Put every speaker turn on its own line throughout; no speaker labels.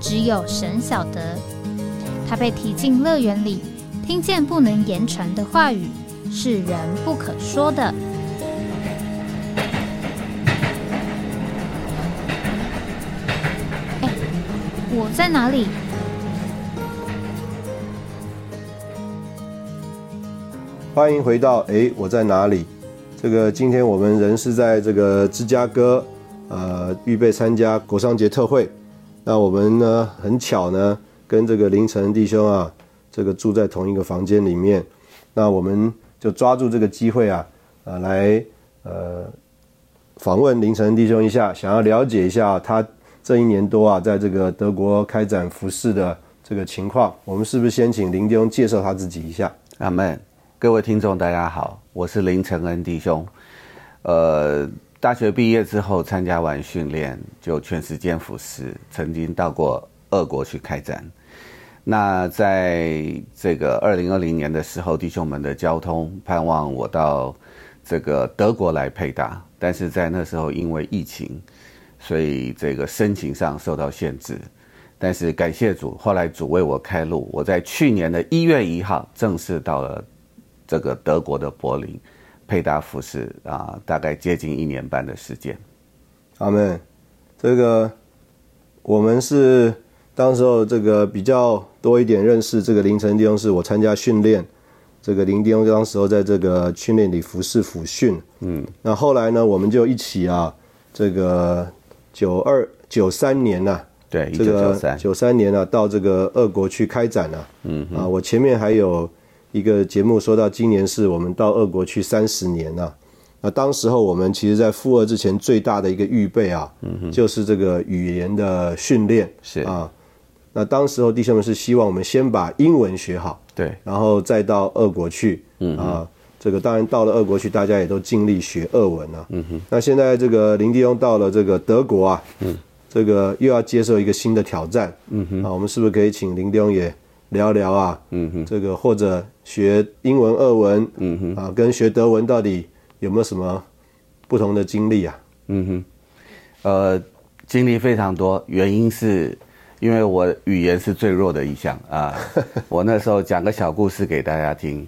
只有神晓得。他被提进乐园里，听见不能言传的话语，是人不可说的。哎我在哪里？
欢迎回到诶，我在哪里？这个今天我们仍是在这个芝加哥，呃，预备参加国商节特会。那我们呢，很巧呢，跟这个凌晨弟兄啊，这个住在同一个房间里面。那我们就抓住这个机会啊，呃，来呃访问凌晨弟兄一下，想要了解一下他这一年多啊，在这个德国开展服饰的这个情况。我们是不是先请林弟兄介绍他自己一下？
阿门。各位听众，大家好，我是林承恩弟兄。呃，大学毕业之后参加完训练，就全时间服侍，曾经到过俄国去开展。那在这个二零二零年的时候，弟兄们的交通盼望我到这个德国来配搭，但是在那时候因为疫情，所以这个申请上受到限制。但是感谢主，后来主为我开路，我在去年的一月一号正式到了这个德国的柏林，配搭服饰啊、大概接近一年半的时间。
阿门。这个我们是当时候这个比较多一点认识这个凌晨弟兄，是我参加训练，这个林弟兄当时候在这个训练里服侍辅训，嗯，那后来呢，我们就一起啊，这个九二九三年呐、啊
对，一
这
九九
个
三，
九三年啊，到这个俄国去开展啊。嗯啊，我前面还有一个节目说到，今年是我们到俄国去三十年啊。那当时候我们其实，在赴俄之前最大的一个预备啊，嗯、就是这个语言的训练
是
啊。那当时候弟兄们是希望我们先把英文学好，
对，
然后再到俄国去，嗯啊，这个当然到了俄国去，大家也都尽力学俄文了、嗯哼。那现在这个林弟兄到了这个德国啊，嗯，这个又要接受一个新的挑战，嗯哼。啊，我们是不是可以请林弟兄也聊聊啊？嗯哼，这个或者学英文、俄文，嗯哼，啊，跟学德文到底有没有什么不同的经历啊？
嗯呃，经历非常多，原因是因为我语言是最弱的一项 啊。我那时候讲个小故事给大家听。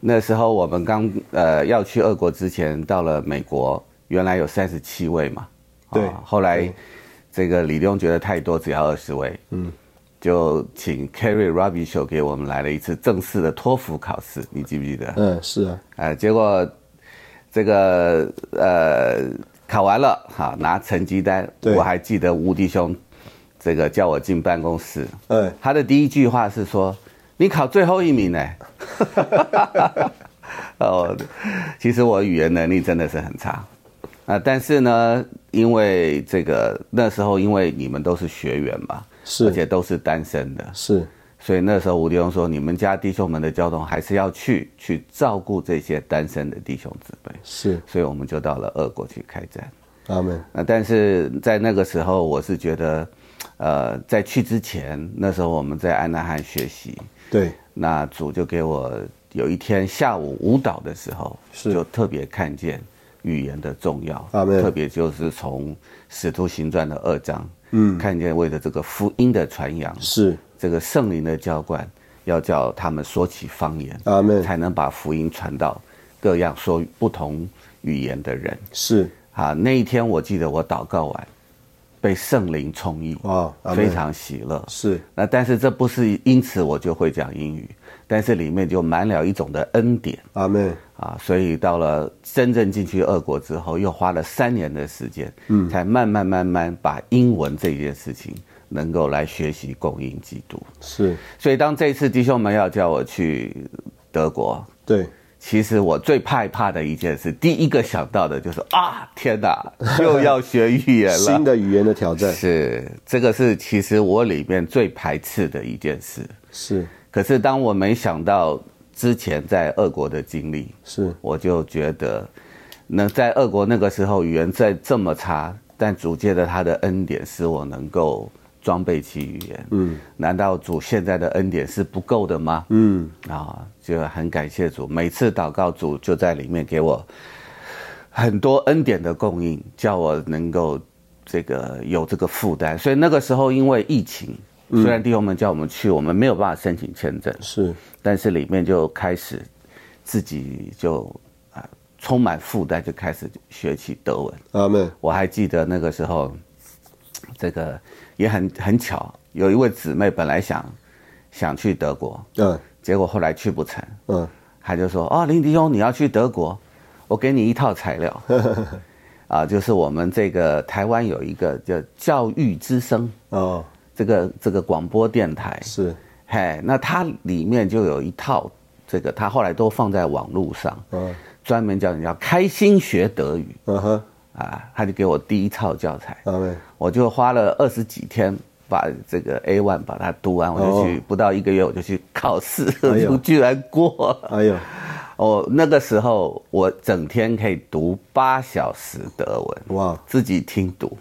那时候我们刚呃要去俄国之前，到了美国，原来有三十七位嘛，啊
对
后来这个李亮觉得太多，只要二十位，嗯，就请 Carrie r a b i s h o 给我们来了一次正式的托福考试，你记不记得？
嗯，是啊，
呃，结果这个呃考完了哈、拿成绩单，
对
我还记得吴弟兄这个叫我进办公室，
哎，
他的第一句话是说：“你考最后一 名呢。”哦，其实我语言能力真的是很差啊、但是呢，因为这个那时候因为你们都是学员嘛，而
是
且都是单身的，
是，
所以那时候吴弟兄说：“你们家弟兄们的交通还是要去去照顾这些单身的弟兄姊妹。
是，”
所以我们就到了俄国去开战。
阿门，
那但是在那个时候，我是觉得，呃，在去之前，那时候我们在安纳罕学习，
对，
那主就给我有一天下午舞蹈的时候，
是
就特别看见语言的重要，
阿门
特别就是从《使徒行传》的二章，嗯，看见为了这个福音的传扬，
是，
这个圣灵的浇灌，要叫他们说起方言，
阿门，
才能把福音传到各样说不同语言的人。
是，
啊，那一天我记得我祷告完，被圣灵充溢，
哇，哦阿
非
门，
常喜乐。
是，
那但是这不是因此我就会讲英语，但是里面就满了一种的恩典
阿门，
啊，所以到了真正进去俄国之后，又花了三年的时间，嗯，才慢慢慢慢把英文这件事情能够来学习供应基督。
是，
所以当这一次弟兄们要叫我去德国，
对，
其实我最害怕的一件事，第一个想到的就是啊，天哪， 又要学语言了
新。的语言的挑战
是，这个是其实我里面最排斥的一件事。
是
可是当我没想到之前在俄国的经历，
是
我就觉得，那在俄国那个时候语言在这么差，但主借着他的恩典，使我能够装备起语言。嗯，难道主现在的恩典是不够的吗？嗯，啊，就很感谢主，每次祷告主就在里面给我很多恩典的供应，叫我能够这个有这个负担。所以那个时候因为疫情。虽然弟兄们叫我们去，我们没有办法申请签证，
是
但是里面就开始自己就啊、充满负担，就开始学起德文。
阿门
我还记得那个时候，这个也很很巧，有一位姊妹本来想想去德国，
嗯
结果后来去不成，
嗯
她就说：“哦，林迪兄，你要去德国，我给你一套材料。”啊，就是我们这个台湾有一个叫教育之声，
哦
这个这个广播电台，
是
嘿，那它里面就有一套，这个它后来都放在网络上，
嗯
专门叫人家开心学德语
嗯哼
啊，他就给我第一套教材，
阿门
我就花了二十几天把这个 A one 把它读完，我就去、
哦
不到一个月我就去考试，
哎呦
居然过了。
哎呦
哦，那个时候我整天可以读八小时德文，
哇
自己听读，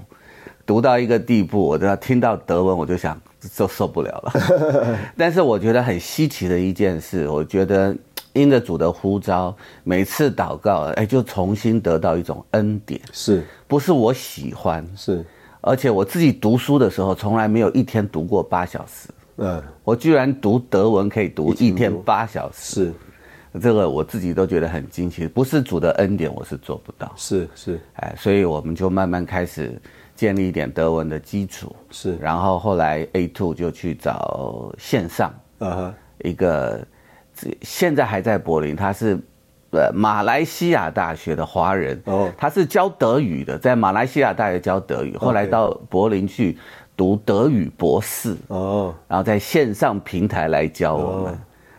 读到一个地步，我都要听到德文，我就想受受不了 了。但是我觉得很稀奇的一件事，我觉得因着主的呼召，每次祷告，哎，就重新得到一种恩典，
是
不是我喜欢，
是
而且我自己读书的时候，从来没有一天读过八小时，
嗯
我居然读德文可以读一天八小时。
是
这个我自己都觉得很惊奇，不是主的恩典，我是做不到。
是是
哎，所以我们就慢慢开始建立一点德文的基础。
是
然后后来 A two 就去找线上
啊哈
一个，这现在还在柏林，他是呃马来西亚大学的华人，
哦
他是教德语的，在马来西亚大学教德语，后来到柏林去读德语博士，
哦
然后在线上平台来教我们。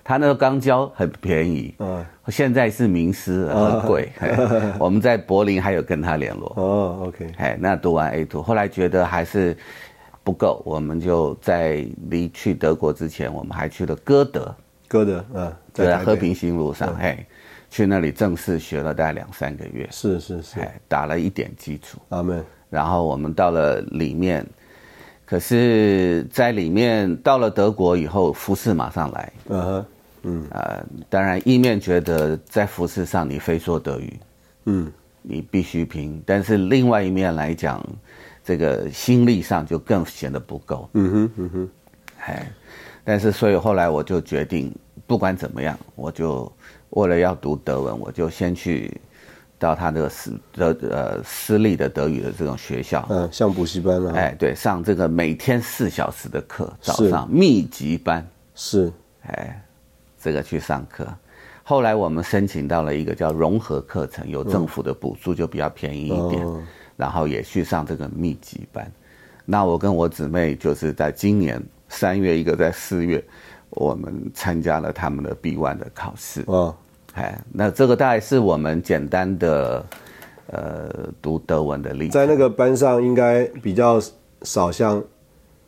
他那时候刚教很便宜，
嗯
现在是名师很 贵。嘿我们在柏林还有跟他联络，
哦 OK
哎，那读完 A two，后来觉得还是不够，我们就在离去德国之前，我们还去了歌德，
哥的嗯
就
台
在啊和
北嗯
平新路上，嘿，去那里正式学了大概两三个月，
是是是
哎，打了一点基础，
阿门
然后我们到了里面，可是在里面到了德国以后，服饰马上来，
嗯哼
呃，当然一面觉得在服饰上你非说德语，
嗯
你必须拼，但是另外一面来讲，这个心力上就更显得不够。
嗯哼嗯哼
哎，但是所以后来我就决定，不管怎么样，我就为了要读德文，我就先去到他的私的呃私立的德语的这种学校，
嗯像补习班了哈
哎，对，上这个每天四小时的课，早
是
上密集班，
是
哎，这个去上课。后来我们申请到了一个叫融合课程，有政府的补助，就比较便宜一点，
哦
然后也去上这个密集班。那我跟我姊妹就是在今年三月，一个在四月，我们参加了他们的 B one 的考试。
哦
哎，那这个大概是我们简单的，呃，读德文的例子，
在那个班上应该比较少像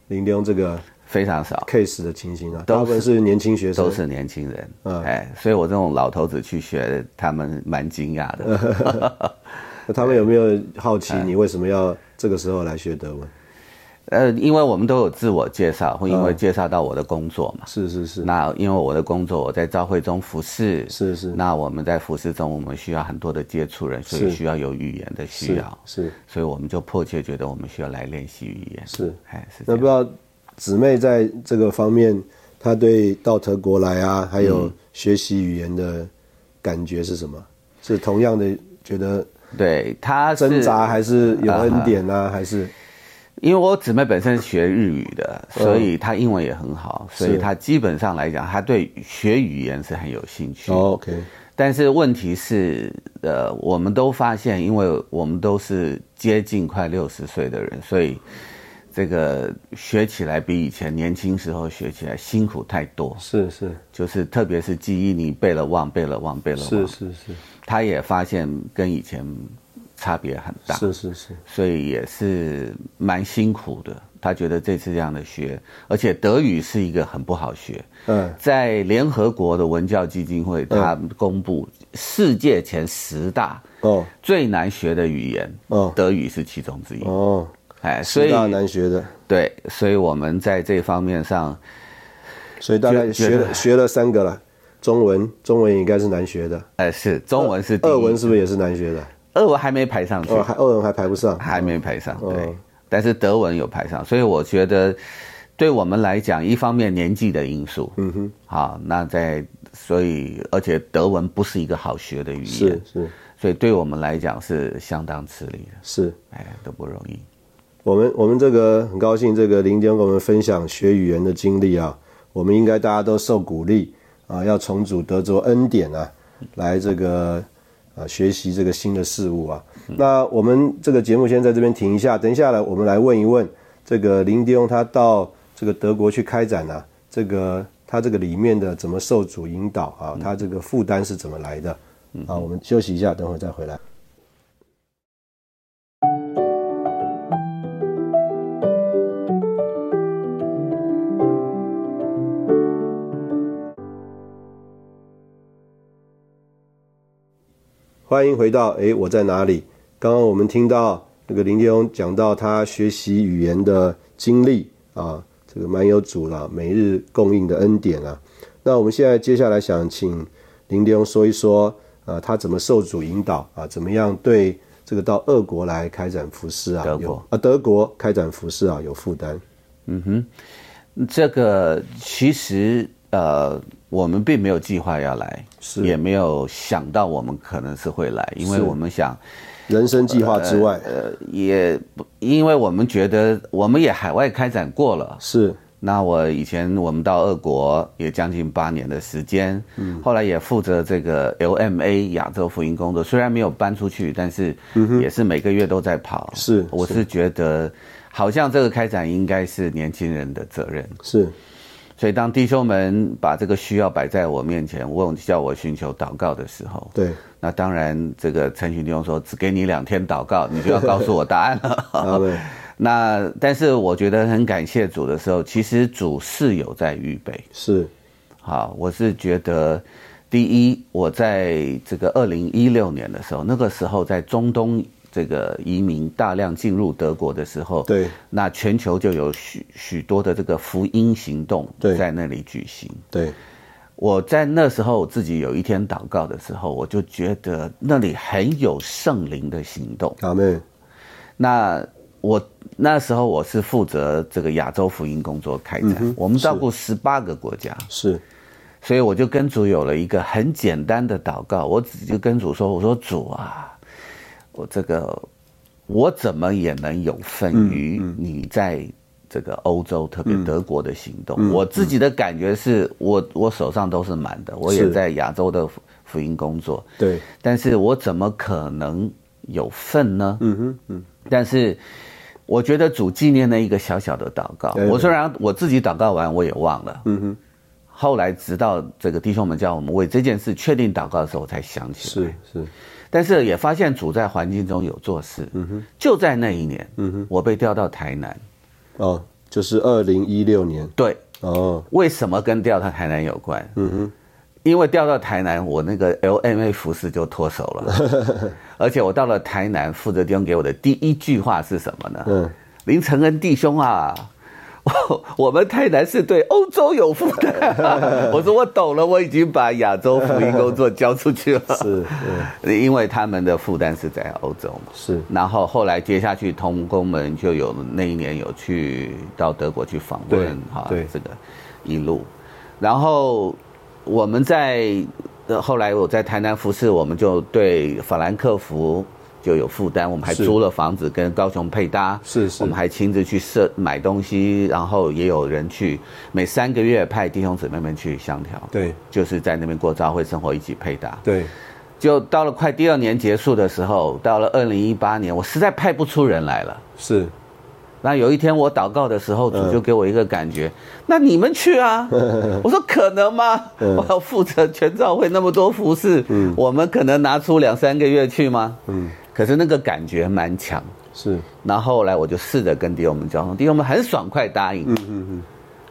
林东这个
非常少。
case 的情形啊，
都
大
是
部分是年轻学生
都，是年轻人，
嗯
哎，所以我这种老头子去学，他们蛮惊讶 的。
那他们有没有好
哎
奇你为什么要这个时候来学德文？
呃，因为我们都有自我介绍，会因为介绍到我的工作嘛。
是嗯是是
那因为我的工作，我在教会中服侍，
是是
那我们在服侍中，我们需要很多的接触人，所以
是
需要有语言的需
是
要，
是
所以我们就迫切觉得我们需要来练习语言。
是，
哎，是
那
这样
不知道姊妹在这个方面，她对到德国来啊，还
嗯
有学习语言的感觉是什么？是同样的觉得
对，他是
挣扎，还是有恩典啊，还是
因为我姊妹本身学日语的，所以她英文也很好，所以
嗯是
她基本上来讲，她对学语言是很有兴趣。
哦 OK
但是问题是，呃，我们都发现，因为我们都是接近快六十岁的人，所以这个学起来比以前年轻时候学起来辛苦太多，
是是
就是特别是记忆你背了忘，背了忘，背了
是
忘，
是是
他也发现跟以前差别很大，
是是是，
所以也是蛮辛苦的。他觉得这次这样的学，而且德语是一个很不好学，
嗯
在联合国的文教基金会，它公布世界前十大
哦
最难学的语言，
哦
德语是其中之一。
哦，
哎，所
四
以
大难学的，
对，所以我们在这方面上，
所以大概
就
学
觉
了
得
学了三个了。中文，中文应该是难学的。
呃，是中文是第一
俄文，是不是也是难学的？
俄文还没排上去，
哦，还俄文还排不上。
还没排上，
哦
对，但是德文有排上，所以我觉得，对我们来讲，一方面年纪的因素，嗯哼，好，那在所以，而且德文不是一个好学的语言
是，是
所以对我们来讲是相当吃力的，
是，
哎，都不容易。
我们我们这个很高兴，这个林姐跟我们分享学语言的经历啊，我们应该大家都受鼓励啊，要重组德州恩典啊，来这个啊学习这个新的事物啊。那我们这个节目先在这边停一下，等一下呢，我们来问一问这个林迪翁他到这个德国去开展啊，这个他这个里面的怎么受主引导啊，他这个负担是怎么来的啊？我们休息一下，等会儿再回来。欢迎回到诶，我在哪里？刚刚我们听到那个林建勇讲到他学习语言的经历啊，这个蛮有主了，每日供应的恩典啊。那我们现在接下来想请林建勇说一说，呃，他怎么受主引导啊？怎么样对这个到俄国来开展服饰啊？
德国
有啊，德国开展服饰啊，有负担
嗯这个其实呃，我们并没有计划要来，
是
也没有想到我们可能是会来，因为
是
我们想，
人生计划之外、
呃，也不因为我们觉得我们也海外开展过了。
是
那我以前我们到俄国也将近八年的时间，嗯，后来也负责这个 LMA 亚洲福音工作，虽然没有搬出去，但是也是每个月都在跑。
是
我嗯是觉得好像这个开展应该是年轻人的责任，
是
所以当弟兄们把这个需要摆在我面前，问叫我寻求祷告的时候，
对
那当然这个陈寻弟兄说只给你两天祷告，你就要告诉我答案
啊，
了。
对
那但是我觉得很感谢主的时候，其实主是有在预备。
是
好，我是觉得，第一，我在这个二零一六年的时候，那个时候在中东这个移民大量进入德国的时候，
对
那全球就有许许多的这个福音行动
对
在那里举行。
对
我在那时候自己有一天祷告的时候，我就觉得那里很有圣灵的行动。
阿妹
那我那时候我是负责这个亚洲福音工作开展，我们照顾十八个国家，
是
所以我就跟主有了一个很简单的祷告，我只就跟主说：“我说主啊，我这个我怎么也能有份于你在这个欧洲，特别德国的行动。我自己的感觉是我我手上都是满的，我也
是
在亚洲的福福音工作，
对
但是我怎么可能有份呢？嗯哼，嗯。但是我觉得主纪念了一个小小的祷告
对，对
我虽然我自己祷告完我也忘了，嗯哼。后来直到这个弟兄们叫我们为这件事确定祷告的时候，我才想起来。
是是
但是也发现主在环境中有做事。嗯哼，就在那一年，嗯哼，我被调到台南。
哦，就是二零一六年
对，
哦。
为什么跟调到台南有关？嗯哼，因为调到台南，我那个 LMA 服饰就脱手了， 而且我到了台南，负责弟兄给我的第一句话是什么呢？
嗯，
林承恩弟兄啊。 我我们台南是对欧洲有负担、 我说我懂了，我已经把亚洲福音工作交出去了。
是，嗯，
因为他们的负担是在欧洲嘛。
是
然后后来接下去，童工们就有那一年有去到德国去访问
对
哈
对，
这个一路，然后我们在呃后来我在台南服饰，我们就对法兰克福就有负担，我们还
是
租了房子跟高雄配搭，
是是
我们还亲自去设买东西，然后也有人去每三个月派弟兄姊妹们去香条，，
对
就是在那边过朝会生活，一起配搭，
对，
就到了快第二年结束的时候，到了二零一八年，我实在派不出人来了。
是
那有一天我祷告的时候，主就给我一个感觉，那你们去啊！我说可能吗？我要负责全教会那么多服饰，我们可能拿出两三个月去吗？嗯，可是那个感觉蛮强。
是
然后后来我就试着跟弟兄们交通，弟兄们很爽快答应。嗯嗯嗯。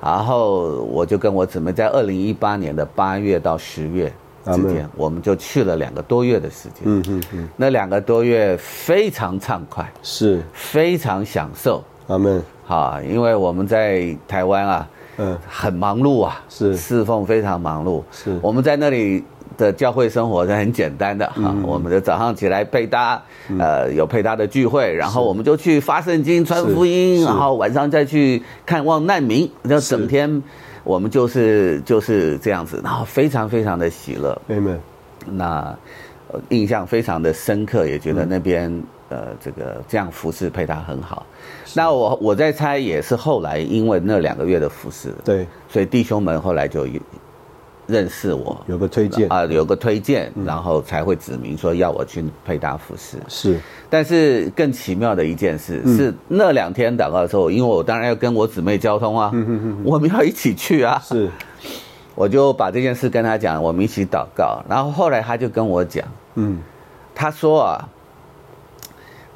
然后我就跟我姊妹在二零一八年的八月到十月之
阿
间，我们就去了两个多月的时间。嗯嗯嗯。那两个多月非常畅快，
是，
非常享受。
阿门，
啊，因为我们在台湾啊，
嗯，
很忙碌啊，
是
侍奉非常忙碌。
是
我们在那里的教会生活是很简单的哈、
嗯
我们就早上起来配搭，呃，有配搭的聚会，然后我们就去发圣经、传福音，
是
然后晚上再去看望难民，就整天我们就是就是这样子，然后非常非常的喜乐。
妹妹，
那呃印象非常的深刻，也觉得
嗯
那边、呃这个这样服饰配搭很好。那我我在猜，也是后来因为那两个月的服饰，
对，
所以弟兄们后来就有认识我，
有个推荐，
啊、有个推荐，然后才会指明说要我去配搭服饰。
是嗯
但是更奇妙的一件事、是，那两天祷告的时候，因为我当然要跟我姊妹交通啊，
嗯
我们要一起去啊，
是，
我就把这件事跟他讲，我们一起祷告。然后后来他就跟我讲，
嗯，
他说啊，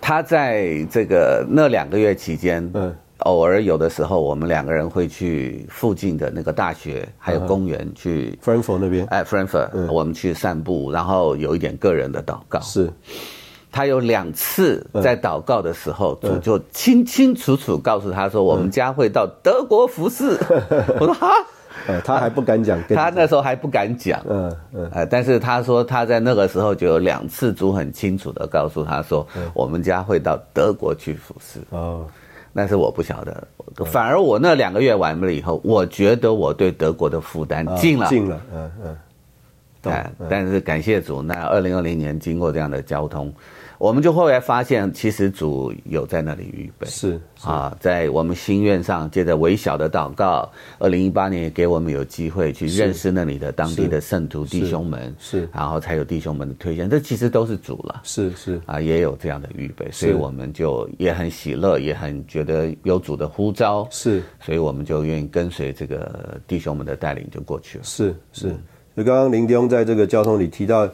他在这个那两个月期间，
嗯，
偶尔有的时候我们两个人会去附近的那个大学还有公园去，
f r a n f o 那边
哎，Frankfurt，、
嗯
我们去散步，然后有一点个人的祷告。
是，
他有两次在祷告的时候，
嗯
主就清清楚楚告诉他说，我们将会到德国 服侍。我说哈，
呃，他还不敢讲，跟你
他
讲
那时候还不敢讲。
嗯嗯，
呃，但是他说他在那个时候就有两次主很清楚的告诉他说，
嗯
我们家会到德国去服侍，
哦，
但是我不晓得，
嗯
反而我那两个月完了以后，我觉得我对德国的负担
啊
尽了，
进了，嗯嗯，懂
哎
嗯
但是感谢主，那二零二零年经过这样的交通，我们就后来发现，其实主有在那里预备。
是是
啊，在我们心愿上，借着微小的祷告，二零一八年也给我们有机会去认识那里的当地的圣徒弟兄们，
是是
然后才有弟兄们的推荐，这其实都是主了
是是，
啊，也有这样的预备，所以
是
我们就也很喜乐，也很觉得有主的呼召，
是
所以我们就愿意跟随这个弟兄们的带领就过去了。
是是，
嗯
就刚刚林丁在这个交通里提到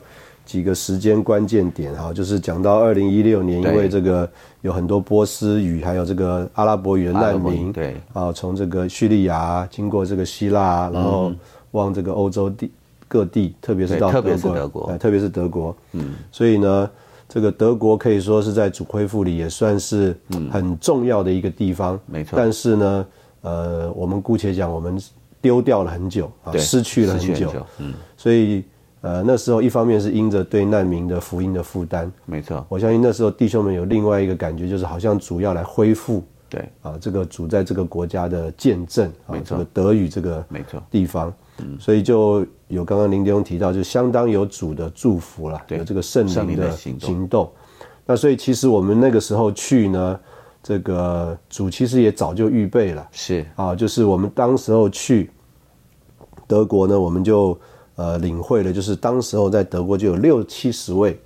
几个时间关键点哈，就是讲到二零一六年，
对
因为这个有很多波斯语还有这个阿拉伯语的
阿拉
难
伯语
民，
对嗯
啊，从这个叙利亚经过这个希腊，然后往这个欧洲地各地，特别是
对
到
特
德
别
国，
是德国
哎特别是德国，嗯，所以呢。这个德国可以说是在主恢复里也算是很重要的一个地方，
嗯没错
但是呢，呃，我们姑且讲，我们丢掉了很久啊，
对
失去了很
失去
久
很久，
嗯，所以呃，那时候一方面是因着对难民的福音的负担，
没错，
我相信那时候弟兄们有另外一个感觉，就是好像主要来恢复
对，
啊，这个主在这个国家的见证啊
没，
这
错嗯
个德语这个
没错
地方，所以就有刚刚林弟兄提到，就相当有主的祝福啦，
对
有这个圣
圣
灵
灵的
的
行
行
动
动。那所以其实我们那个时候去呢，这个主其实也早就预备了，
是
啊，就是我们当时候去德国呢，我们就呃领会了，就是当时候在德国就有六七十位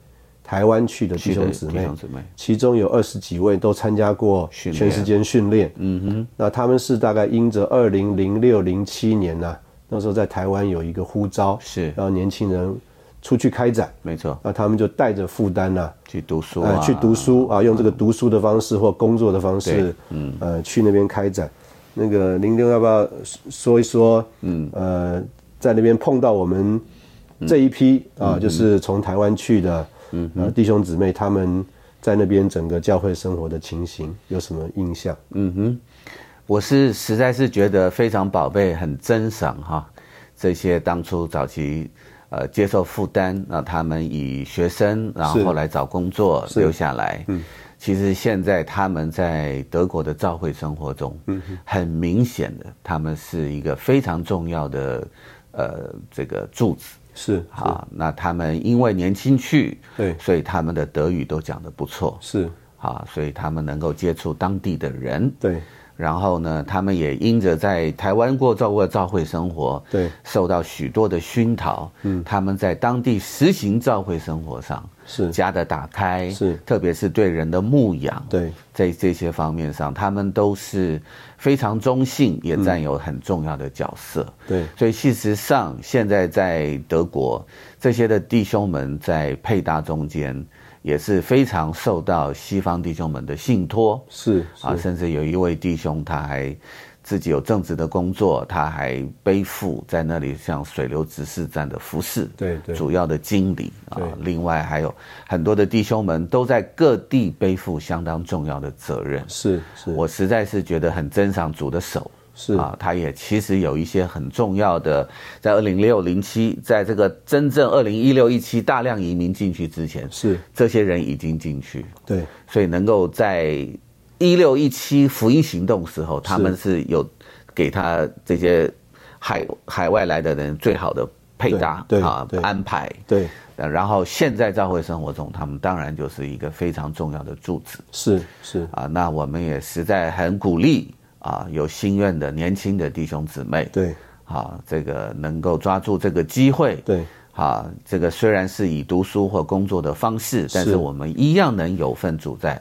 台湾去的弟
去的
兄姊
弟
妹
兄姊妹，
其中有二十几位都参加过
训练
全时间训练。嗯哼，那他们是大概因着二零零六零七年呢、那时候在台湾有一个呼召，
是
让年轻人出去开展，
没错，
那他们就带着负担呢、
去读书
呃
啊，
去读书啊，用这个读书的方式或工作的方式
对，
嗯，呃，去那边开展。那个林丁要不要说一说？嗯，呃，在那边碰到我们
嗯
这一批啊，就是从台湾去的，嗯，呃，弟兄姊妹他们在那边整个教会生活的情形有什么印象？
我是实在是觉得非常宝贝，很珍赏哈，这些当初早期呃接受负担，那他们以学生，然后
是
后来找工作
是
留下来。嗯，其实现在他们在德国的教会生活中，嗯，很明显的，他们是一个非常重要的呃这个柱子。
是
啊，那他们因为年轻去，
对
所以他们的德语都讲得不错，
是，
啊，所以他们能够接触当地的人，
对，
然后呢，他们也因着在台湾过照过照会生活，
对，
受到许多的熏陶，嗯，他们在当地实行照会生活上，
是
家的打开，
是
特别是对人的牧养，
对，
在这些方面上，他们都是非常中性，
嗯
也占有很重要的角色。
对，
所以事实上，现在在德国，这些的弟兄们在配搭中间也是非常受到西方弟兄们的信托
是
啊，
是
甚至有一位弟兄他还自己有正职的工作，他还背负在那里像水流执事站的服饰，
对对
主要的经理啊
对，
另外还有很多的弟兄们都在各地背负相当重要的责任。
是是，
我实在是觉得很珍赏主的手。
是
啊，他也其实有一些很重要的，在二零六零七，在这个真正二零一六一七大量移民进去之前，
是，
这些人已经进去，
对
所以能够在一六一七福音行动时候，他们是有给他这些海海外来的人最好的配搭
对对
啊
对
安排。
对
呃然后现在教会生活中，他们当然就是一个非常重要的柱子。
是是
啊，那我们也实在很鼓励啊，有心愿的年轻的弟兄姊妹，
对
啊，这个能够抓住这个机会，
对
啊，这个虽然是以读书或工作的方式，但
是
是我们一样能有份主在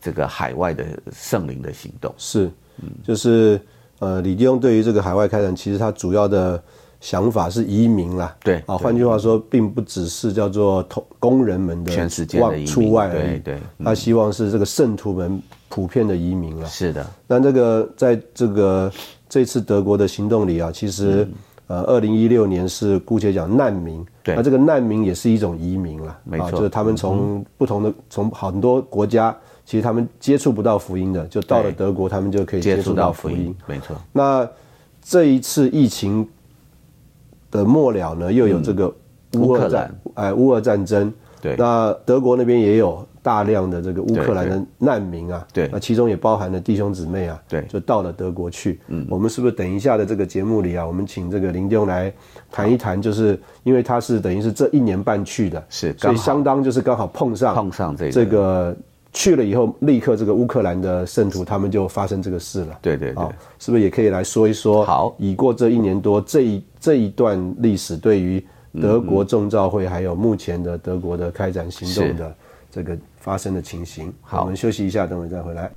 这个海外的圣灵的行动。
是，就是呃，李弟兄对于这个海外开展，其实他主要的想法是移民啦。
对
啊，
对
换句话说，并不只是叫做同工人们的
全世界的
往
移
出
民
外而
对
已，
对嗯
他希望是这个圣徒们普遍的移民啦。
是的，
那这个在这个这次德国的行动里啊，其实、
嗯
呃，二零一六年是姑且讲难民，
对
那这个难民也是一种移民了，
没
啊，
错嗯
就是他们从不同的、从很多国家，其实他们接触不到福音的，就到了
对
德国，他们就可以
接
接
触
触
到
到
福
福
音
音。，
没错，
那这一次疫情的末了呢，又有这个乌
乌克
俄战
兰，
哎，乌俄战争。
对
那德国那边也有大量的这个乌克兰
对
的难民啊，
对
那其中也包含了弟兄姊妹啊，
对
就到了德国去。嗯，我们是不是等一下的这个节目里啊，我们请这个林兄来谈一谈，就是因为他是等于是这一年半去的，
是
所
刚
以
好
相当就是刚好碰上
碰上这个
这个去了以后，立刻这个乌克兰的圣徒他们就发生这个事了。
对对对
好，是不是也可以来说一说？
好
已过这一年多，这一这一段历史对于
嗯
德国众召会，还有目前的德国的开展行动的这个发生的情形。
好
我们休息一下，等会再回来。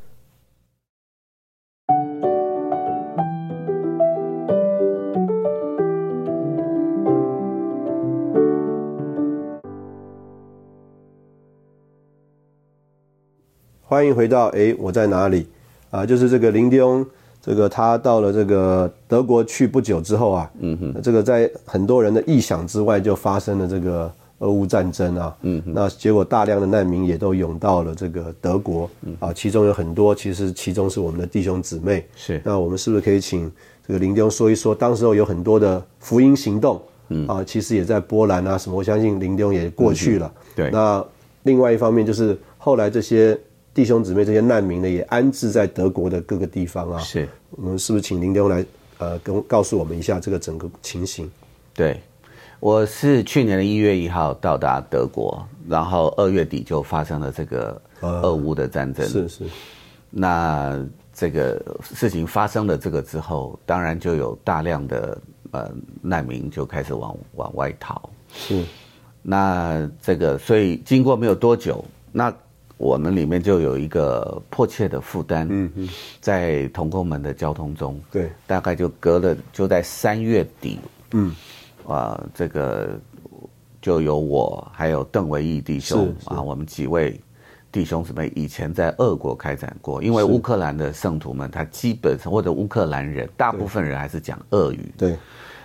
欢迎回到诶，我在哪里？啊，就是这个林迪翁，这个他到了这个德国去不久之后啊，嗯哼，这个在很多人的意想之外就发生了这个俄乌战争啊，嗯哼，那结果大量的难民也都涌到了这个德国，啊，其中有很多其实其中是我们的弟兄姊妹，
是
那我们是不是可以请这个林丁说一说，当时候有很多的福音行动，嗯啊，其实也在波兰啊什么，我相信林丁也过去了。
对
那另外一方面就是后来这些弟兄姊妹、这些难民呢，也安置在德国的各个地方啊。
是。
我们是不是请林丁来呃跟我告诉我们一下这个整个情形？
对，我是去年的一月一号到达德国，然后二月底就发生了这个俄乌的战争。
呃是是
那这个事情发生了这个之后，当然就有大量的呃难民就开始往往外逃。
是
那这个，所以经过没有多久，那我们里面就有一个迫切的负担，嗯嗯，在同工们的交通中，
对
大概就隔了就在三月底，
嗯，
啊、这个就有我还有邓维义弟兄
是是
啊，我们几位弟兄姊妹以前在俄国开展过，因为乌克兰的圣徒们，他基本上或者乌克兰人，大部分人还是讲俄语，
对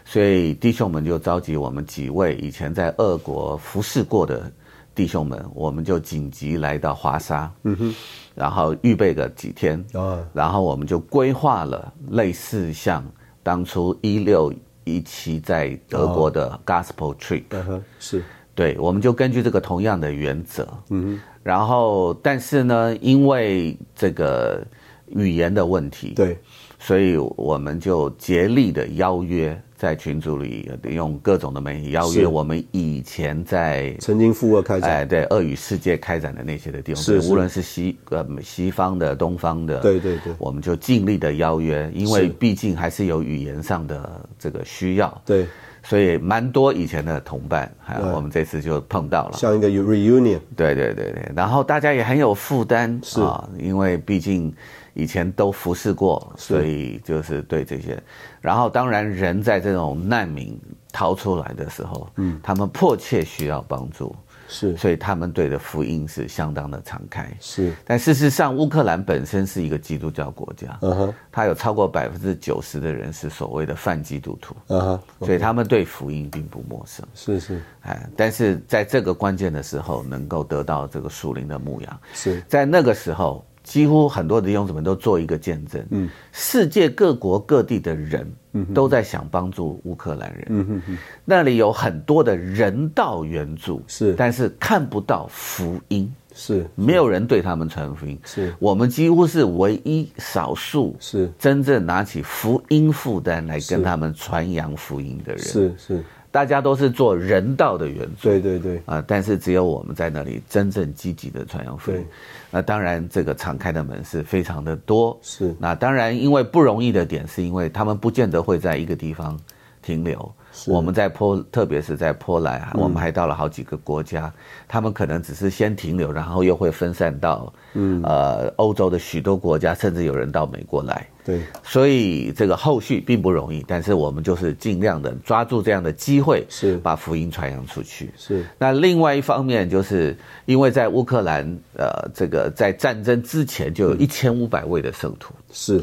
所以弟兄们就召集我们几位以前在俄国服侍过的弟兄们，我们就紧急来到华沙，嗯哼，然后预备个几天，
啊
然后我们就规划了类似像当初一六一七在德国的 Gospel Trip，、
嗯哼是
对，我们就根据这个同样的原则，嗯，然后但是呢，因为这个语言的问题，
对，
所以我们就竭力的邀约，在群组里用各种的媒体邀
是
约我们以前在
曾经赴俄开展，
哎，对，俄语世界开展的那些的地方，
是是
无论是西呃西方的、东方的，
对对对
我们就尽力的邀约，因为
是
毕竟还是有语言上的这个需要，
对，
所以蛮多以前的同伴，还有
对
我们这次就碰到了。
像一个 reunion，
对对对对，然后大家也很有负担
是
啊，因为毕竟以前都服侍过，
是
所以就是对这些。然后当然，人在这种难民逃出来的时候，嗯，他们迫切需要帮助，
是
所以他们对的福音是相当的敞开。
是，
但事实上，乌克兰本身是一个基督教国家，
嗯哼，
它有超过百分之九十的人是所谓的泛基督徒，
嗯哼，
所以他们对福音并不陌生。
是是
哎，但是在这个关键的时候，能够得到这个属灵的牧养，
是，
在那个时候，几乎很多的弟兄姊妹都做一个见证，嗯，世界各国各地的人，
嗯
都在想帮助乌克兰人，嗯那里有很多的人道援助，
是
但是看不到福音，
是
没有人对他们传福音，
是
我们几乎是唯一少数
是
真正拿起福音负担来跟他们传扬福音的人，
是是，
大家都是做人道的援助。
对对对，
啊、但是只有我们在那里真正积极的传扬福音
对。
那当然，这个敞开的门是非常的多。
是
那当然，因为不容易的点，是因为他们不见得会在一个地方停留。我们在波，特别是在波兰，啊我
嗯
们还到了好几个国家，他们可能只是先停留，然后又会分散到，嗯，呃，欧洲的许多国家，甚至有人到美国来。
对
所以这个后续并不容易，但是我们就是尽量的抓住这样的机会，
是
把福音传扬出去。
是
那另外一方面，就是因为在乌克兰，呃，这个在战争之前就有一千五百位的圣徒，
是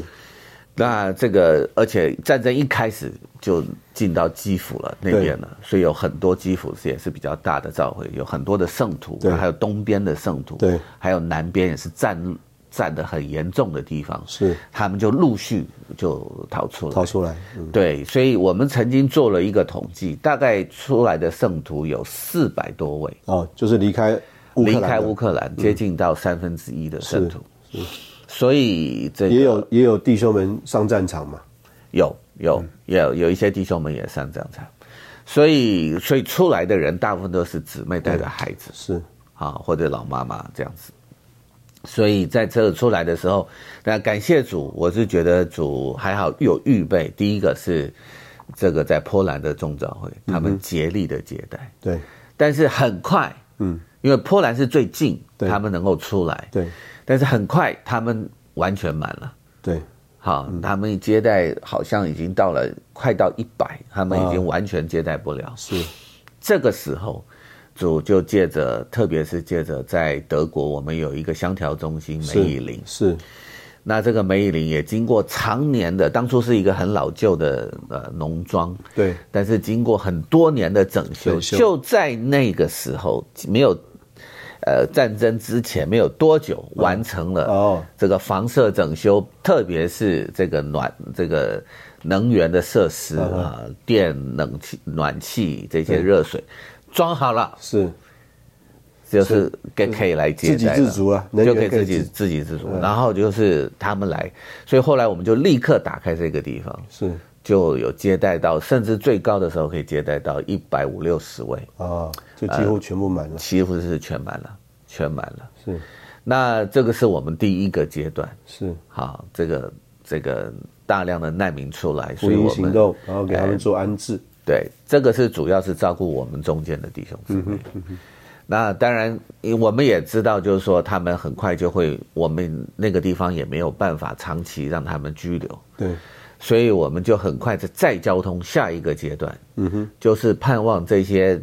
那这个而且战争一开始就进到基辅了那边了，所以有很多基辅也是比较大的召回，有很多的圣徒
对，
还有东边的圣徒，
对，
还有南边也是战战的很严重的地方，
是
他们就陆续就逃出来，
逃出来，嗯
对，所以我们曾经做了一个统计，大概出来的圣徒有四百多位。
哦，就是离开乌
离
克兰
开
的嗯
乌克兰，接近到三分之一的圣徒，所以这个
也有也有弟兄们上战场嘛，
有
嗯
有也有有一些弟兄们也上战场，所以所以出来的人大部分都是姊妹带着孩子
是
啊，或者老妈妈这样子。所以在这出来的时候，那感谢主，我是觉得主还好有预备。第一个是这个在波兰的众召会，
嗯
他们竭力的接待，
对
但是很快，
嗯，
因为波兰是最近，
对
他们能够出来，
对
但是很快他们完全满了。
对
好，
嗯
他们接待好像已经到了快到一百，他们已
啊
经完全接待不了。
是
这个时候，主就借着，特别是借着在德国，我们有一个香调中心梅以林。
是
那这个梅以林也经过常年的，当初是一个很老旧的呃农庄，
对
但是经过很多年的整修，
整修
就在那个时候没有，呃，战争之前没有多久完成
哦
了这个房舍整修，特别是这个暖这个能源的设施
嗯哼
啊、电、冷气、暖气这些热水装好了，
是
就是给可以来接待了
自给自足嗯啊能
就
源
给
可以
自己
自
自给自足。然后就是他们来，所以后来我们就立刻打开这个地方。
是
就有接待到，甚至最高的时候可以接待到一百五六十位，
啊，就几乎全部满了，
几乎是全满了，全满了。
是
那这个是我们第一个阶段，
是
好，这个这个大量的难民出来，
福
所以
音
我
行
们哎
动，然后给他们做安置，
对这个是主要是照顾我们中间的弟兄姊妹。那当然，因我们也知道，就是说他们很快就会，我们那个地方也没有办法长期让他们居留，
对
所以我们就很快的再交通下一个阶段，嗯哼，就是盼望这些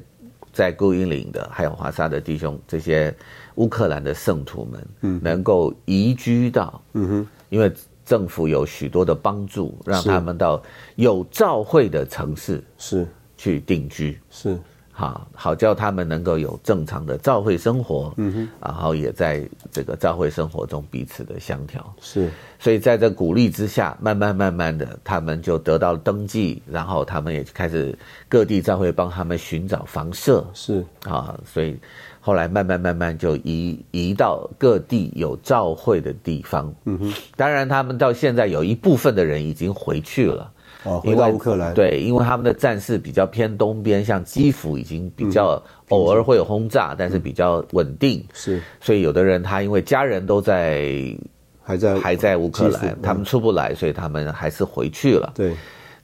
在孤英岭的，还有华沙的弟兄，这些乌克兰的圣徒们，嗯，能够移居到，嗯哼，因为政府有许多的帮助，让
是
他们到有教会的城市
是
去定居。
是
好好叫他们能够有正常的教会生活，嗯哼，然后也在这个教会生活中彼此的相调。
是
所以在这鼓励之下，慢慢慢慢的，他们就得到了登记，然后他们也开始各地教会帮他们寻找房舍
是
啊，所以后来慢慢慢慢就移移到各地有教会的地方。嗯哼，当然他们到现在有一部分的人已经回去了。
哦，回
因
到
为
乌克兰，，
对，因为他们的战事比较偏东边，像基辅已经比较偶尔会有轰炸，但是比较稳定，
是
所以有的人他因为家人都在
还在
还在乌克
呃基辅嗯
兰，他们出不来，所以他们还是回去了。
对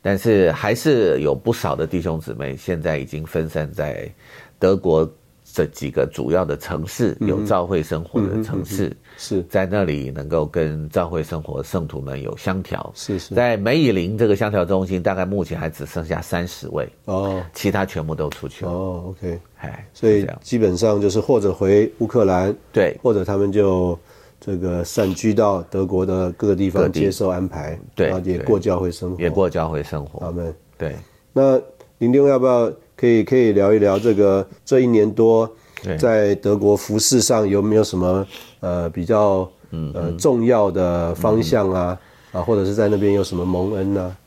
但是还是有不少的弟兄姊妹现在已经分散在德国这几个主要的城市，
嗯
有教会生活的城市，
是
在那里能够跟教会生活圣徒们有相调。
是是
在梅以林这个相调中心，大概目前还只剩下三十位，
哦
其他全部都出去了。
哦，OK，
哎，
所
是
以
这样
基本上就是或者回乌克兰，
对
或者他们就这个散居到德国的各个地
各
方
地
接受安排，
对
然后也
对
过教会生活，
也过教会生
他
活，
们。
对
那林丁要不要可以可以聊一聊这个这一年多
对
在德国服饰上有没有什么呃比较
嗯
呃重要的方向啊啊，或者是在那边有什么蒙恩啊呢、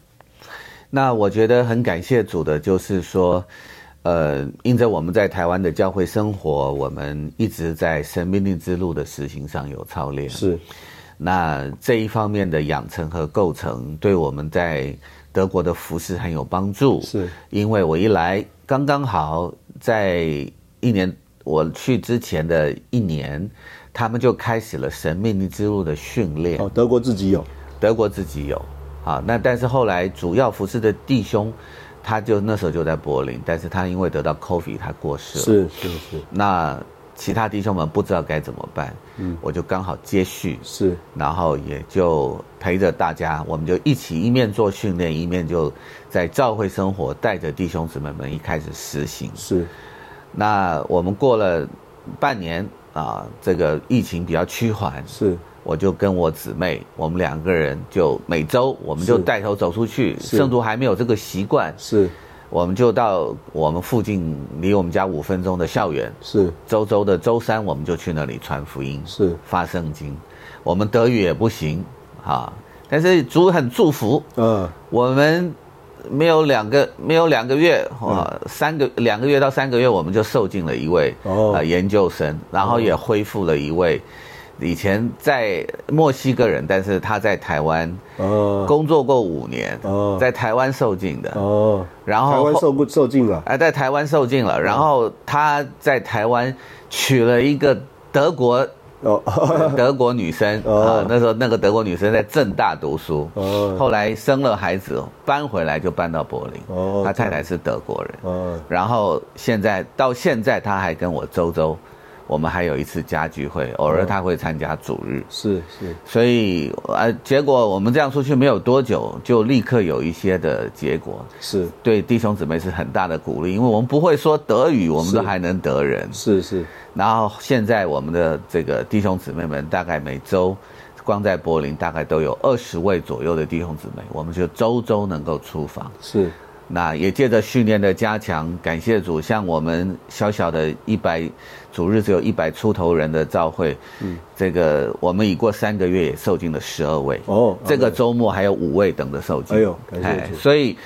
那我觉得很感谢主的，就是说，呃，因着我们在台湾的教会生活，我们一直在生命力之路的实行上有操练。
是
那这一方面的养成和构成，对我们在德国的服饰很有帮助。
是，
因为我一来刚刚好在一年我去之前的一年，他们就开始了生命力之路的训练。
哦，德国自己有
德国自己有，啊，那但是后来主要服饰的弟兄，他就那时候就在柏林，但是他因为得到 COVID 他过世了，
是是是
那其他弟兄们不知道该怎么办，嗯，我就刚好接续，
是
然后也就陪着大家，我们就一起一面做训练，一面就在教会生活，带着弟兄姊妹们一开始实行。
是
那我们过了半年啊，这个疫情比较趋缓，
是
我就跟我姊妹，我们两个人就每周我们就是带头走出去。
是
圣徒还没有这个习惯，
是
我们就到我们附近离我们家五分钟的校园，
是
周周的周三我们就去那里传福音，
是
发圣经。我们德语也不行啊，但是主很祝福
啊
我们。没有两个，没有两个月，哇，三个两个月到三个月，我们就受尽了一位
哦
呃研究生，然后也恢复了一位以前在墨西哥人，但是他在台湾
啊
工作过五年
哦，
在台湾受尽的，
哦，
然
台湾
后
受过哦受尽了
哎在台湾受尽了，然后他在台湾娶了一个 德国
哦
德国女生
哦
啊，那时候那个德国女生在正大读书
哦，
后来生了孩子，搬回来就搬到柏林
哦，
他太太是德国人。
啊
然后现在到现在，他还跟我周周，我们还有一次家聚会，偶尔他会参加主日，
是是
所以呃，结果我们这样出去没有多久，就立刻有一些的结果，
是
对弟兄姊妹是很大的鼓励，因为我们不会说德语，我们都还能得人。
是是
然后现在我们的这个弟兄姊妹们，大概每周。光在柏林大概都有二十位左右的弟兄姊妹，我们就周周能够出访，
是
那也借着训练的加强，感谢主，像我们小小的一百主日只有一百出头人的召会，嗯，这个我们已过三个月也受尽了十二位，
哦
这个
阿门
周末还有五位等着受浸，
哎呦感谢主
所以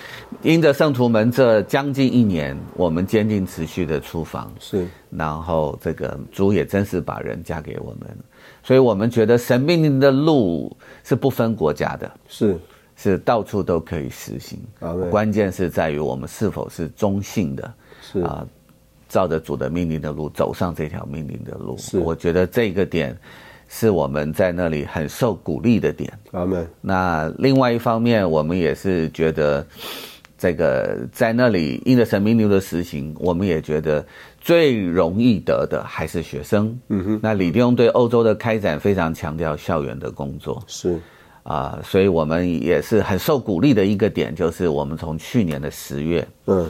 因着圣徒们这将近一年，我们坚定持续的出访，
是
然后这个主也真是把人嫁给我们，所以我们觉得神命令的路是不分国家的，
是
是到处都可以实行
阿门，
关键是在于我们是否是忠信的
是
啊，照着主的命令的路走上这条命令的路。
是
我觉得这个点是我们在那里很受鼓励的点。
阿门
那另外一方面，我们也是觉得，这个在那里因着神明流的实行，我们也觉得最容易得的还是学生。嗯哼，那李立用对欧洲的开展非常强调校园的工作。
是
啊、所以我们也是很受鼓励的一个点，就是我们从去年的十月，
嗯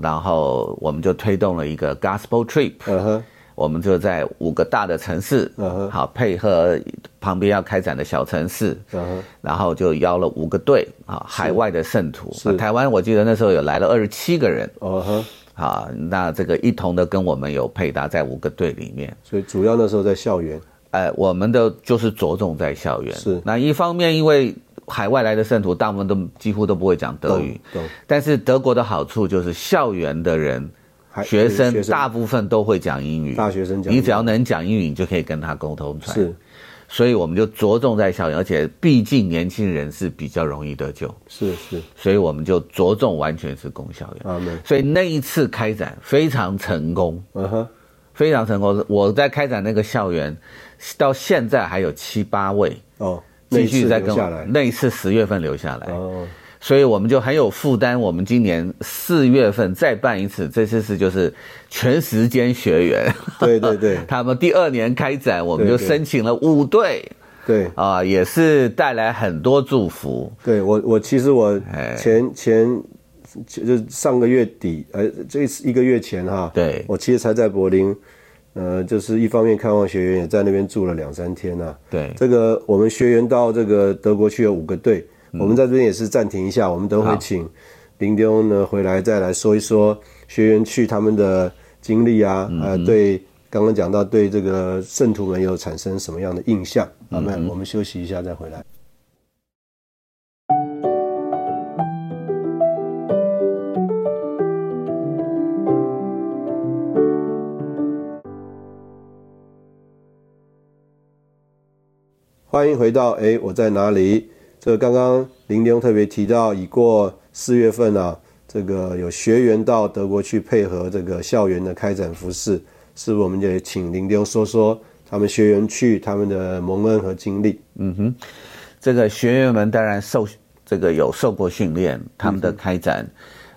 然后我们就推动了一个 Gospel Trip，、
嗯哼
我们就在五个大的城市，
嗯哼
好配合旁边要开展的小城市，
嗯哼
然后就邀了五个队啊，海外的圣徒，
是
那台湾我记得那时候有来了二十七个人，
哦哼
啊，那这个一同的跟我们有配搭在五个队里面。
所以主要那时候在校园，
哎，我们的就是着重在校园。
是
那一方面，因为海外来的圣徒大部分都几乎都不会讲德
懂
语，
懂，
但是德国的好处就是校园的人
还
学生
哎学
大部分都会讲英语，
大学生讲英语
你只要能讲英语，你就可以跟他沟通出来。
是
所以我们就着重在校园，而且毕竟年轻人是比较容易得救，
是是，
所以我们就着重完全是攻校园。
阿门，
所以那一次开展非常成功，
嗯哼，
非常成功。我在开展那个校园，到现在还有七八位
哦，那
继
一
续
次
在跟
留
我
下来，
那一次十月份留下来，
哦，
所以我们就很有负担。我们今年四月份再办一次，这次是就是全时间学员，
对对对
他们第二年开展，我们
对
就
对
申请了五队
对
啊，也是带来很多祝福。
对，我我其实我
哎
前前就是上个月底，呃，这一个月前哈，
对
我其实才在柏林，呃，就是一方面看望学员，也在那边住了两三天呐、
对
这个我们学员到这个德国去有五个队，我们在这边也是暂停一下，我们等会
嗯好
请林丢呢回来再来说一说学员去他们的经历啊，
嗯
呃，对刚刚讲到对这个圣徒们有产生什么样的印象？阿们、
嗯
我们休息一下再回来。欢迎回到诶，我在哪里？这个刚刚林丁特别提到，已过四月份啊，这个有学员到德国去配合这个校园的开展服饰，是不是我们也请林丁说说他们学员去他们的蒙恩和经历？
这个学员们当然受这个有受过训练，他们的开展，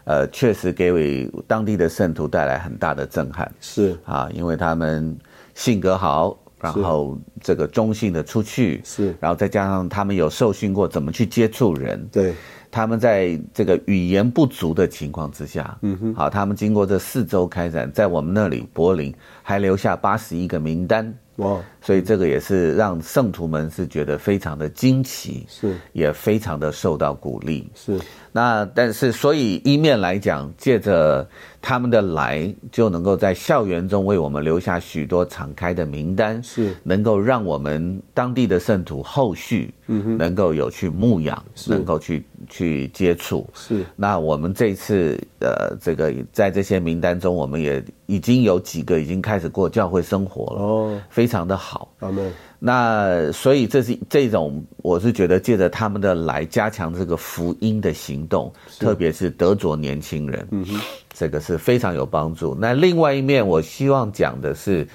呃，确实给予当地的圣徒带来很大的震撼
是
啊，因为他们性格好，然后这个中性的出去，
是
然后再加上他们有受训过怎么去接触人，
对，
他们在这个语言不足的情况之下，嗯哼，好，他们经过这四周开展，在我们那里柏林还留下八十一个名单。
哇，
所以这个也是让圣徒们是觉得非常的惊奇，
是
也非常的受到鼓励。
是
那但是，所以一面来讲，借着他们的来，就能够在校园中为我们留下许多敞开的名单，
是
能够让我们当地的圣徒后续，能够有去牧养，能够去去接触。
是
那我们这次呃，这个在这些名单中，我们也已经有几个已经开始过教会生活了，
哦，
非常的好。
阿门，
那所以这是这种，我是觉得借着他们的来加强这个福音的行动，特别是德卓年轻人，嗯这个是非常有帮助。那另外一面，我希望讲的是，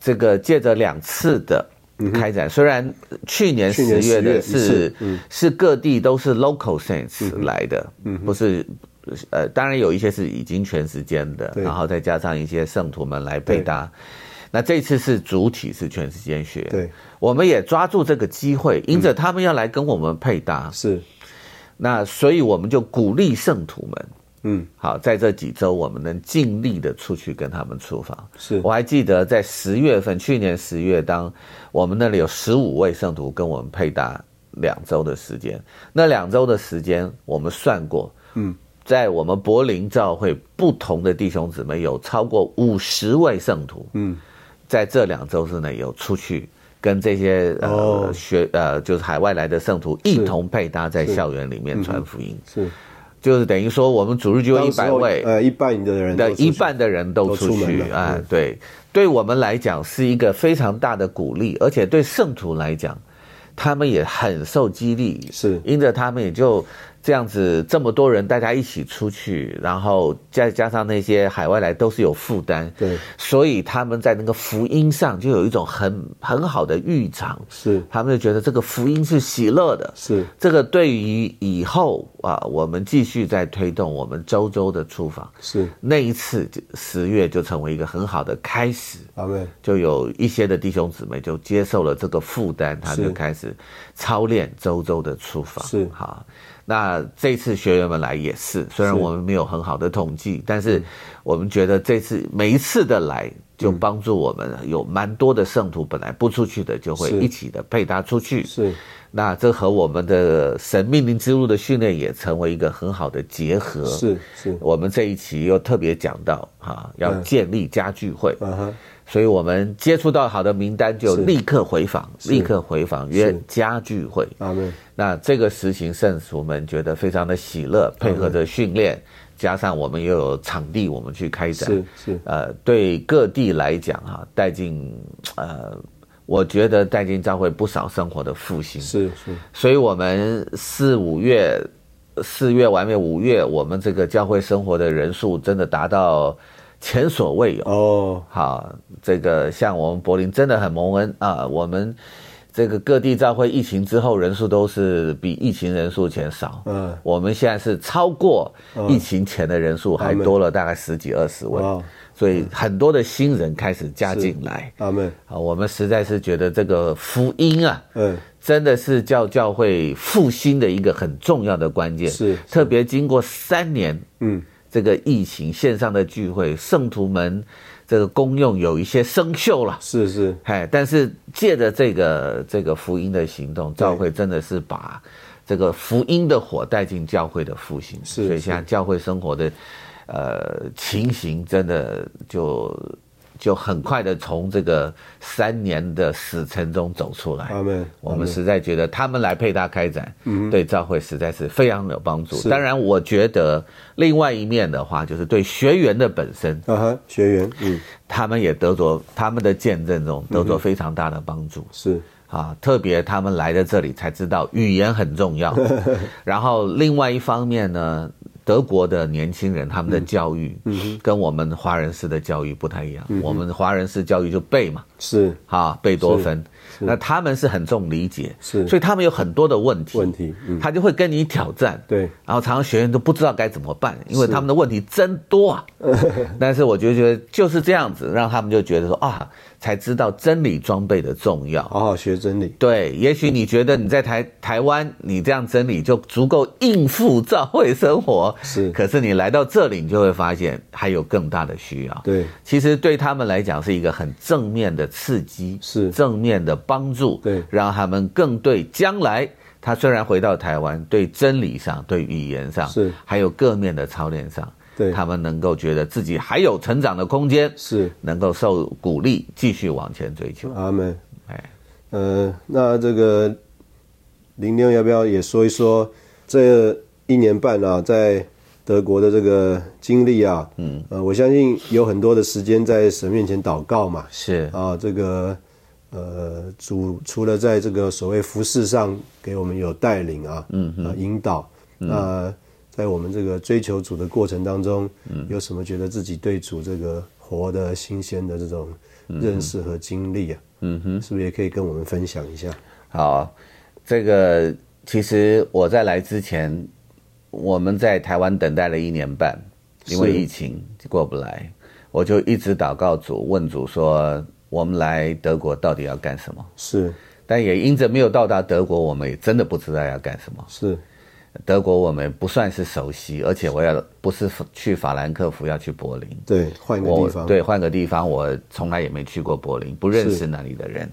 这个借着两次的开展，虽然去年
嗯去
十
年
月
10月
的
一次嗯
是是各地都是 local sense 来的，不是。呃，当然有一些是已经全时间的，
对
然后再加上一些圣徒们来配
对
搭。那这次是主体是全时间学，
对，
我们也抓住这个机会，因着他们要来跟我们配搭，
是
那所以我们就鼓励圣徒们，
嗯，
好，在这几周我们能尽力的出去跟他们出访。
是
我还记得在十月份，去年十月，当我们那里有十五位圣徒跟我们配搭两周的时间，那两周的时间我们算过，
嗯，
在我们柏林教会不同的弟兄姊妹有超过五十位圣徒，
嗯，
在这两周之内有出去。跟这些呃、
哦
学呃就是海外来的圣徒一同配搭在校园里面传福音，
是，
就是等于说我们主日就有一
嗯当
百
时候
位，
呃，一半你的人都出
的
去
一半的人都出
都出
去
门了
啊
嗯，
对，对我们来讲是一个非常大的鼓励，而且对圣徒来讲，他们也很受激励，
是
因着他们也就这样子，这么多人大家一起出去，然后再加上那些海外来都是有负担，
对，
所以他们在那个福音上就有一种很很好的预尝，
是
他们就觉得这个福音是喜乐的，
是
这个对于以后啊，我们继续在推动我们周周的出访。
是，
那一次就十月就成为一个很好的开始，
阿门，
就有一些的弟兄姊妹就接受了这个负担，他
是
就开始操练周周的出访。
是
好，那这次学员们来也是，虽然
是
我们没有很好的统计，但是我们觉得这次每一次的来就
嗯
帮助我们有蛮多的圣徒本来不出去的，就会
是
一起的配搭出去。
是
那这和我们的神命令之路的训练也成为一个很好的结合。
是是，
我们这一期又特别讲到哈、要建立家聚会，
嗯哼，
所以我们接触到好的名单就是立刻回访，立刻回访约家聚会。
阿门，
那这个实行圣徒们觉得非常的喜乐，
嗯
配合着训练，加上我们又有场地，我们去开展，
是是
呃，对各地来讲哈、带进呃，我觉得带进教会不少生活的复兴。
是是，
所以我们四五月、四月完面五月，我们这个教会生活的人数真的达到前所未有。
哦，
好，这个像我们柏林真的很蒙恩啊，我们这个各地教会疫情之后人数都是比疫情人数前少。
嗯，
我们现在是超过疫情前的人数，还
嗯
多了大概十几二十位，
哇，
所以很多的新人开始加进来。
阿门，
啊，我们实在是觉得这个福音啊，
嗯，
真的是教教会复兴的一个很重要的关键。
是是
特别经过三年，
嗯，
这个疫情线上的聚会，圣徒们这个功用有一些生锈了。
是是
哎，但是借着这个这个福音的行动，教会真的是把这个福音的火带进教会的复兴，
是
所以现在教会生活的呃情形真的就就很快的从这个三年的死城中走出来。
阿门，
我们实在觉得他们来配搭开展，对教会实在是非常有帮助。
是
当然，我觉得另外一面的话，就是对学员的本身，
啊哈，学员，嗯，
他们也得着他们的见证中得着非常大的帮助。
是
啊，特别他们来的这里才知道语言很重要。然后另外一方面呢，德国的年轻人他们的教育，跟我们华人式的教育不太一样。我们华人式教育就背嘛，
是
啊，贝多芬，那他们是很重理解，
是
所以他们有很多的问题，
问题，嗯，
他就会跟你挑战，
对，
然后常常学员都不知道该怎么办，因为他们的问题真多 啊。但是我就觉得就是这样子，让他们就觉得说啊，才知道真理装备的重要。
好好学真理，
对，也许你觉得你在台台湾，你这样真理就足够应付教会生活，
是
可是你来到这里，你就会发现还有更大的需要。
对，
其实对他们来讲是一个很正面的刺激，
是
正面的帮助，
对
让他们更对将来。他虽然回到台湾，对真理上、对语言上，
是
还有各面的操练上，
对
他们能够觉得自己还有成长的空间，
是
能够受鼓励，继续往前追求。
阿门，
哎，
呃，那这个林妞要不要也说一说这一年半啊，在德国的这个经历啊？嗯，呃，我相信有很多的时间在神面前祷告嘛，
是
啊，这个呃，主除了在这个所谓服饰上给我们有带领啊，嗯、呃，引导，那、在我们这个追求主的过程当中，嗯、有什么觉得自己对主这个活的新鲜的这种认识和经历啊？嗯哼，是不是也可以跟我们分享一下？
好，这个其实我在来之前，我们在台湾等待了一年半，因为
是
疫情过不来，我就一直祷告主，问主说，我们来德国到底要干什么？
是
但也因着没有到达德国，我们也真的不知道要干什么。
是
德国我们不算是熟悉，而且我要不是去法兰克福，要去柏林。
对，换一个
我
地方，
对换个地方，我从来也没去过柏林，不认
是
识那里的人，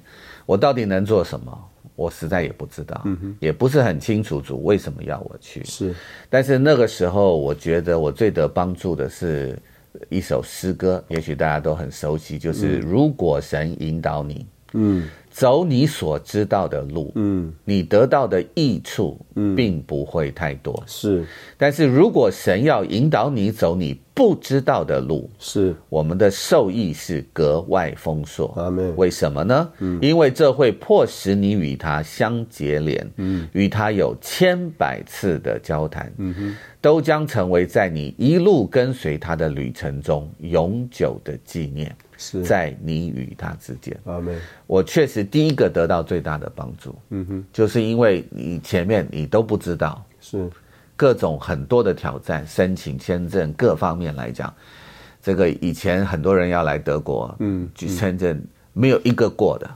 我到底能做什么？我实在也不知道，
嗯
也不是很清楚主为什么要我去。
是
但是那个时候，我觉得我最得帮助的是一首诗歌，也许大家都很熟悉，就是“如果神引导你，
嗯
走你所知道的路，
嗯
你得到的益处并不会太多。
是
但是如果神要引导你走你不知道的路，
是
我们的受益是格外丰硕。
阿门嗯
为什么呢？因为这会迫使你与他相结连，
嗯
与他有千百次的交谈，都将成为在你一路跟随他的旅程中永久的纪念，
是
在你与他之间。
阿门
我确实第一个得到最大的帮助，嗯哼，就是因为你前面你都不知道，
是
各种很多的挑战，申请签证各方面来讲，这个以前很多人要来德国，嗯，去签证没有一个过的，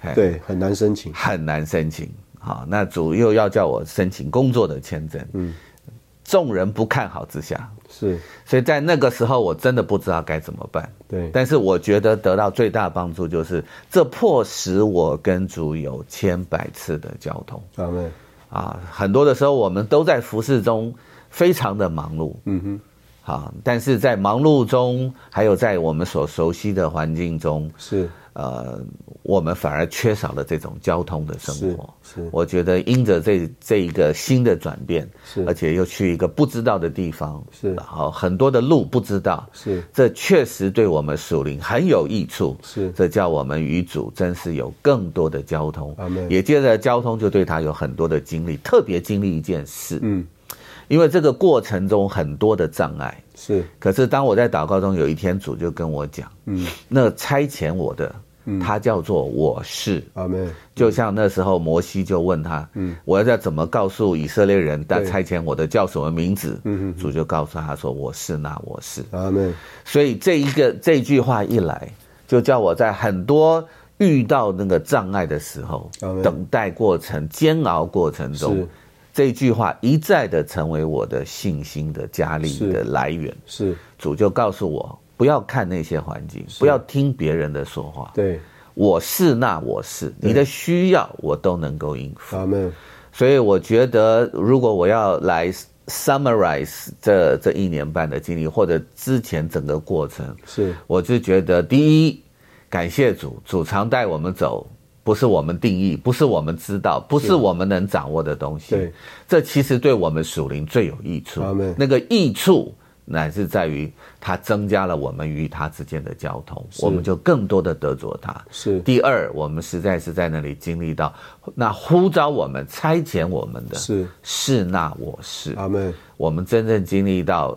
哎
对，很难申请，
很难申请。好，那主又要叫我申请工作的签证，嗯，众人不看好之下，
是
所以在那个时候我真的不知道该怎么办。
对，
但是我觉得得到最大帮助就是，这迫使我跟主有千百次的交通
阿妹，
啊。很多的时候，我们都在服侍中非常的忙碌，
嗯哼，
啊，但是在忙碌中，还有在我们所熟悉的环境中，
是
呃，我们反而缺少了这种交通的生
是
活。
是
我觉得因着这这一个新的转变，
是
而且又去一个不知道的地方，
是
然后很多的路不知道，
是
这确实对我们属灵很有益处。
是
这叫我们与主真是有更多的交通
阿门，
也借着交通就对他有很多的经历，特别经历一件事，
嗯，
因为这个过程中很多的障碍。
是
可是当我在祷告中，有一天主就跟我讲，嗯，那差遣我的，
嗯
他叫做我是。
阿妹，
就像那时候摩西就问他，嗯，我要要怎么告诉以色列人，但
对
差遣我的叫什么名字？嗯主就告诉他说，我是那我是。
阿妹，
所以这一个这一句话一来，就叫我在很多遇到那个障碍的时候
Amen，
等待过程、煎熬过程
是
中，这句话一再的成为我的信心的加力
是
的来源。
是
主就告诉我，不要看那些环境，不要听别人的说话。
对，
我是那我是，你的需要我都能够应付。
阿妹，
所以我觉得，如果我要来 summarize 这这一年半的经历，或者之前整个过程，
是
我就觉得，第一，感谢主，主常带我们走，不是我们定义，不是我们知道，不是我们能掌握的东
对
西。这其实对我们属灵最有益处
阿门。
那个益处乃是在于它增加了我们与它之间的交通，我们就更多的得着它。
是
第二，我们实在是在那里经历到那呼召我们、差遣我们的
是
是那我是。
阿妹，
我们真正经历到，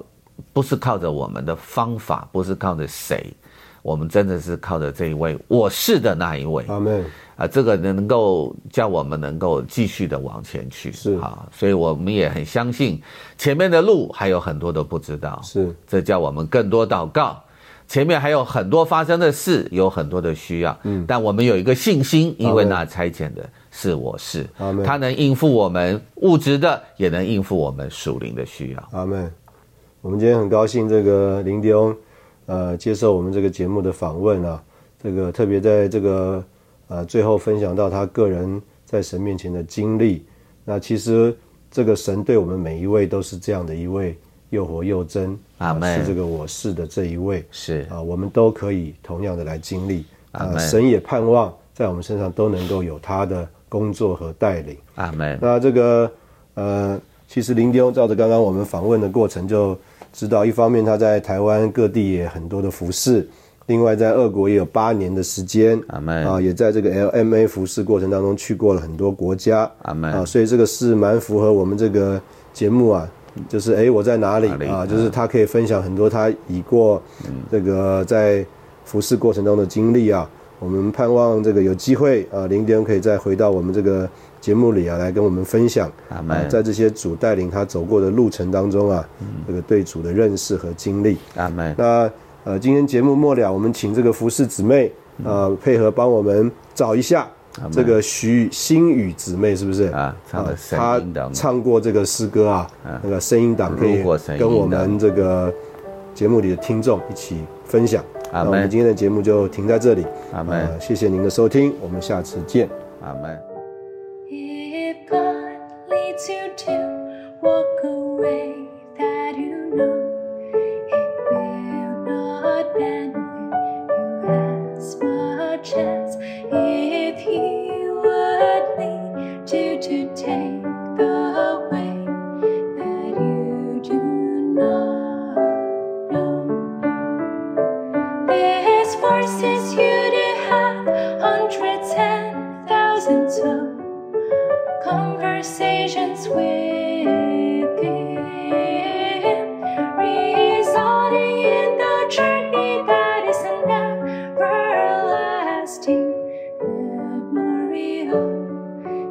不是靠着我们的方法，不是靠着谁，我们真的是靠着这一位我是的那一位
阿妹，
啊，这个能够叫我们能够继续的往前去，
是
啊，所以我们也很相信前面的路还有很多都不知道，
是
这叫我们更多祷告。前面还有很多发生的事，有很多的需要，嗯，但我们有一个信心，因为
Amen
那差遣的是我是
Amen，
他能应付我们物质的，也能应付我们属灵的需要。
阿妹，我们今天很高兴这个林迪翁，呃，接受我们这个节目的访问啊，这个特别在这个呃最后分享到他个人在神面前的经历。那其实这个神对我们每一位都是这样的一位，又活又真，啊
阿门
是这个我是的这一位。
是
啊，我们都可以同样的来经历。啊，
Amen
神也盼望在我们身上都能够有他的工作和带领。
阿门，
那这个呃，其实林丢照着刚刚我们访问的过程就知道，一方面他在台湾各地也很多的服饰，另外在俄国也有八年的时间，
阿们
啊，也在这个 LMA 服饰过程当中去过了很多国家，
阿们
啊，所以这个是蛮符合我们这个节目啊。就是哎，我在哪里
哪里嗯
啊？就是他可以分享很多他已过这个在服侍过程中的经历啊。我们盼望这个有机会啊，零点可以再回到我们这个节目里啊，来跟我们分享
阿
啊，
门，嗯
在这些主带领他走过的路程当中啊，这个对主的认识和经历。
阿门，
那呃，今天节目末了，我们请这个服侍姊妹呃配合帮我们找一下这个徐心宇姊妹是不是
啊唱的
啊
声音的
她唱过这个诗歌啊，那个声音档可以
如果声音
跟我
档
们这个节目里的听众一起分享。
阿
那我们
门
今天的节目就停在这里，
阿门
呃谢谢您的收听，我们下次见。
阿门。
If God leads you to walk away that you know, it will not benefit you as much as if He would lead you to take the way that you do not know. This forces you to have hundreds and thousands of conversations with him, resulting in the journey that is an everlasting memorial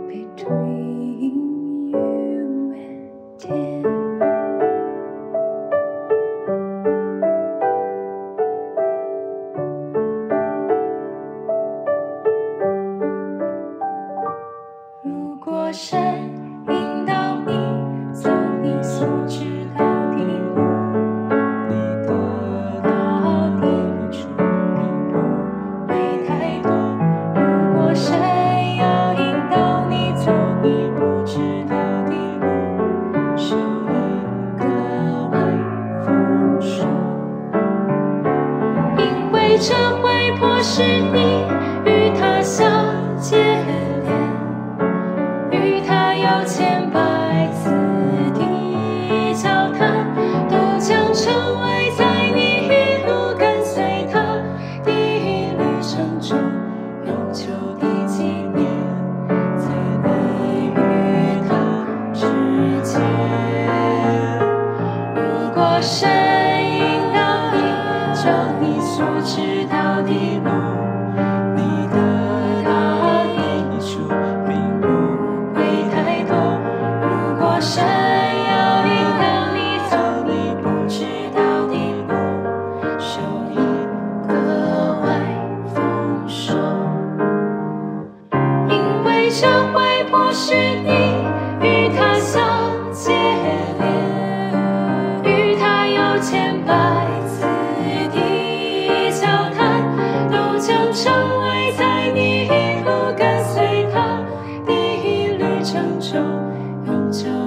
between you and him.如果神引导你是你与他相接连，与他有千百次的交谈，都将成为在你一路跟随他的旅程中永久的纪念，在你与他之间。如果神引导你，找你所知道的路，你得到益处，并不会太多。如果神要引导你走你不知道的路，收益格外丰收。因为这会不是你与他相接连，与他有千百次的交谈，都将成为在你一路跟随他的旅程中永久嗯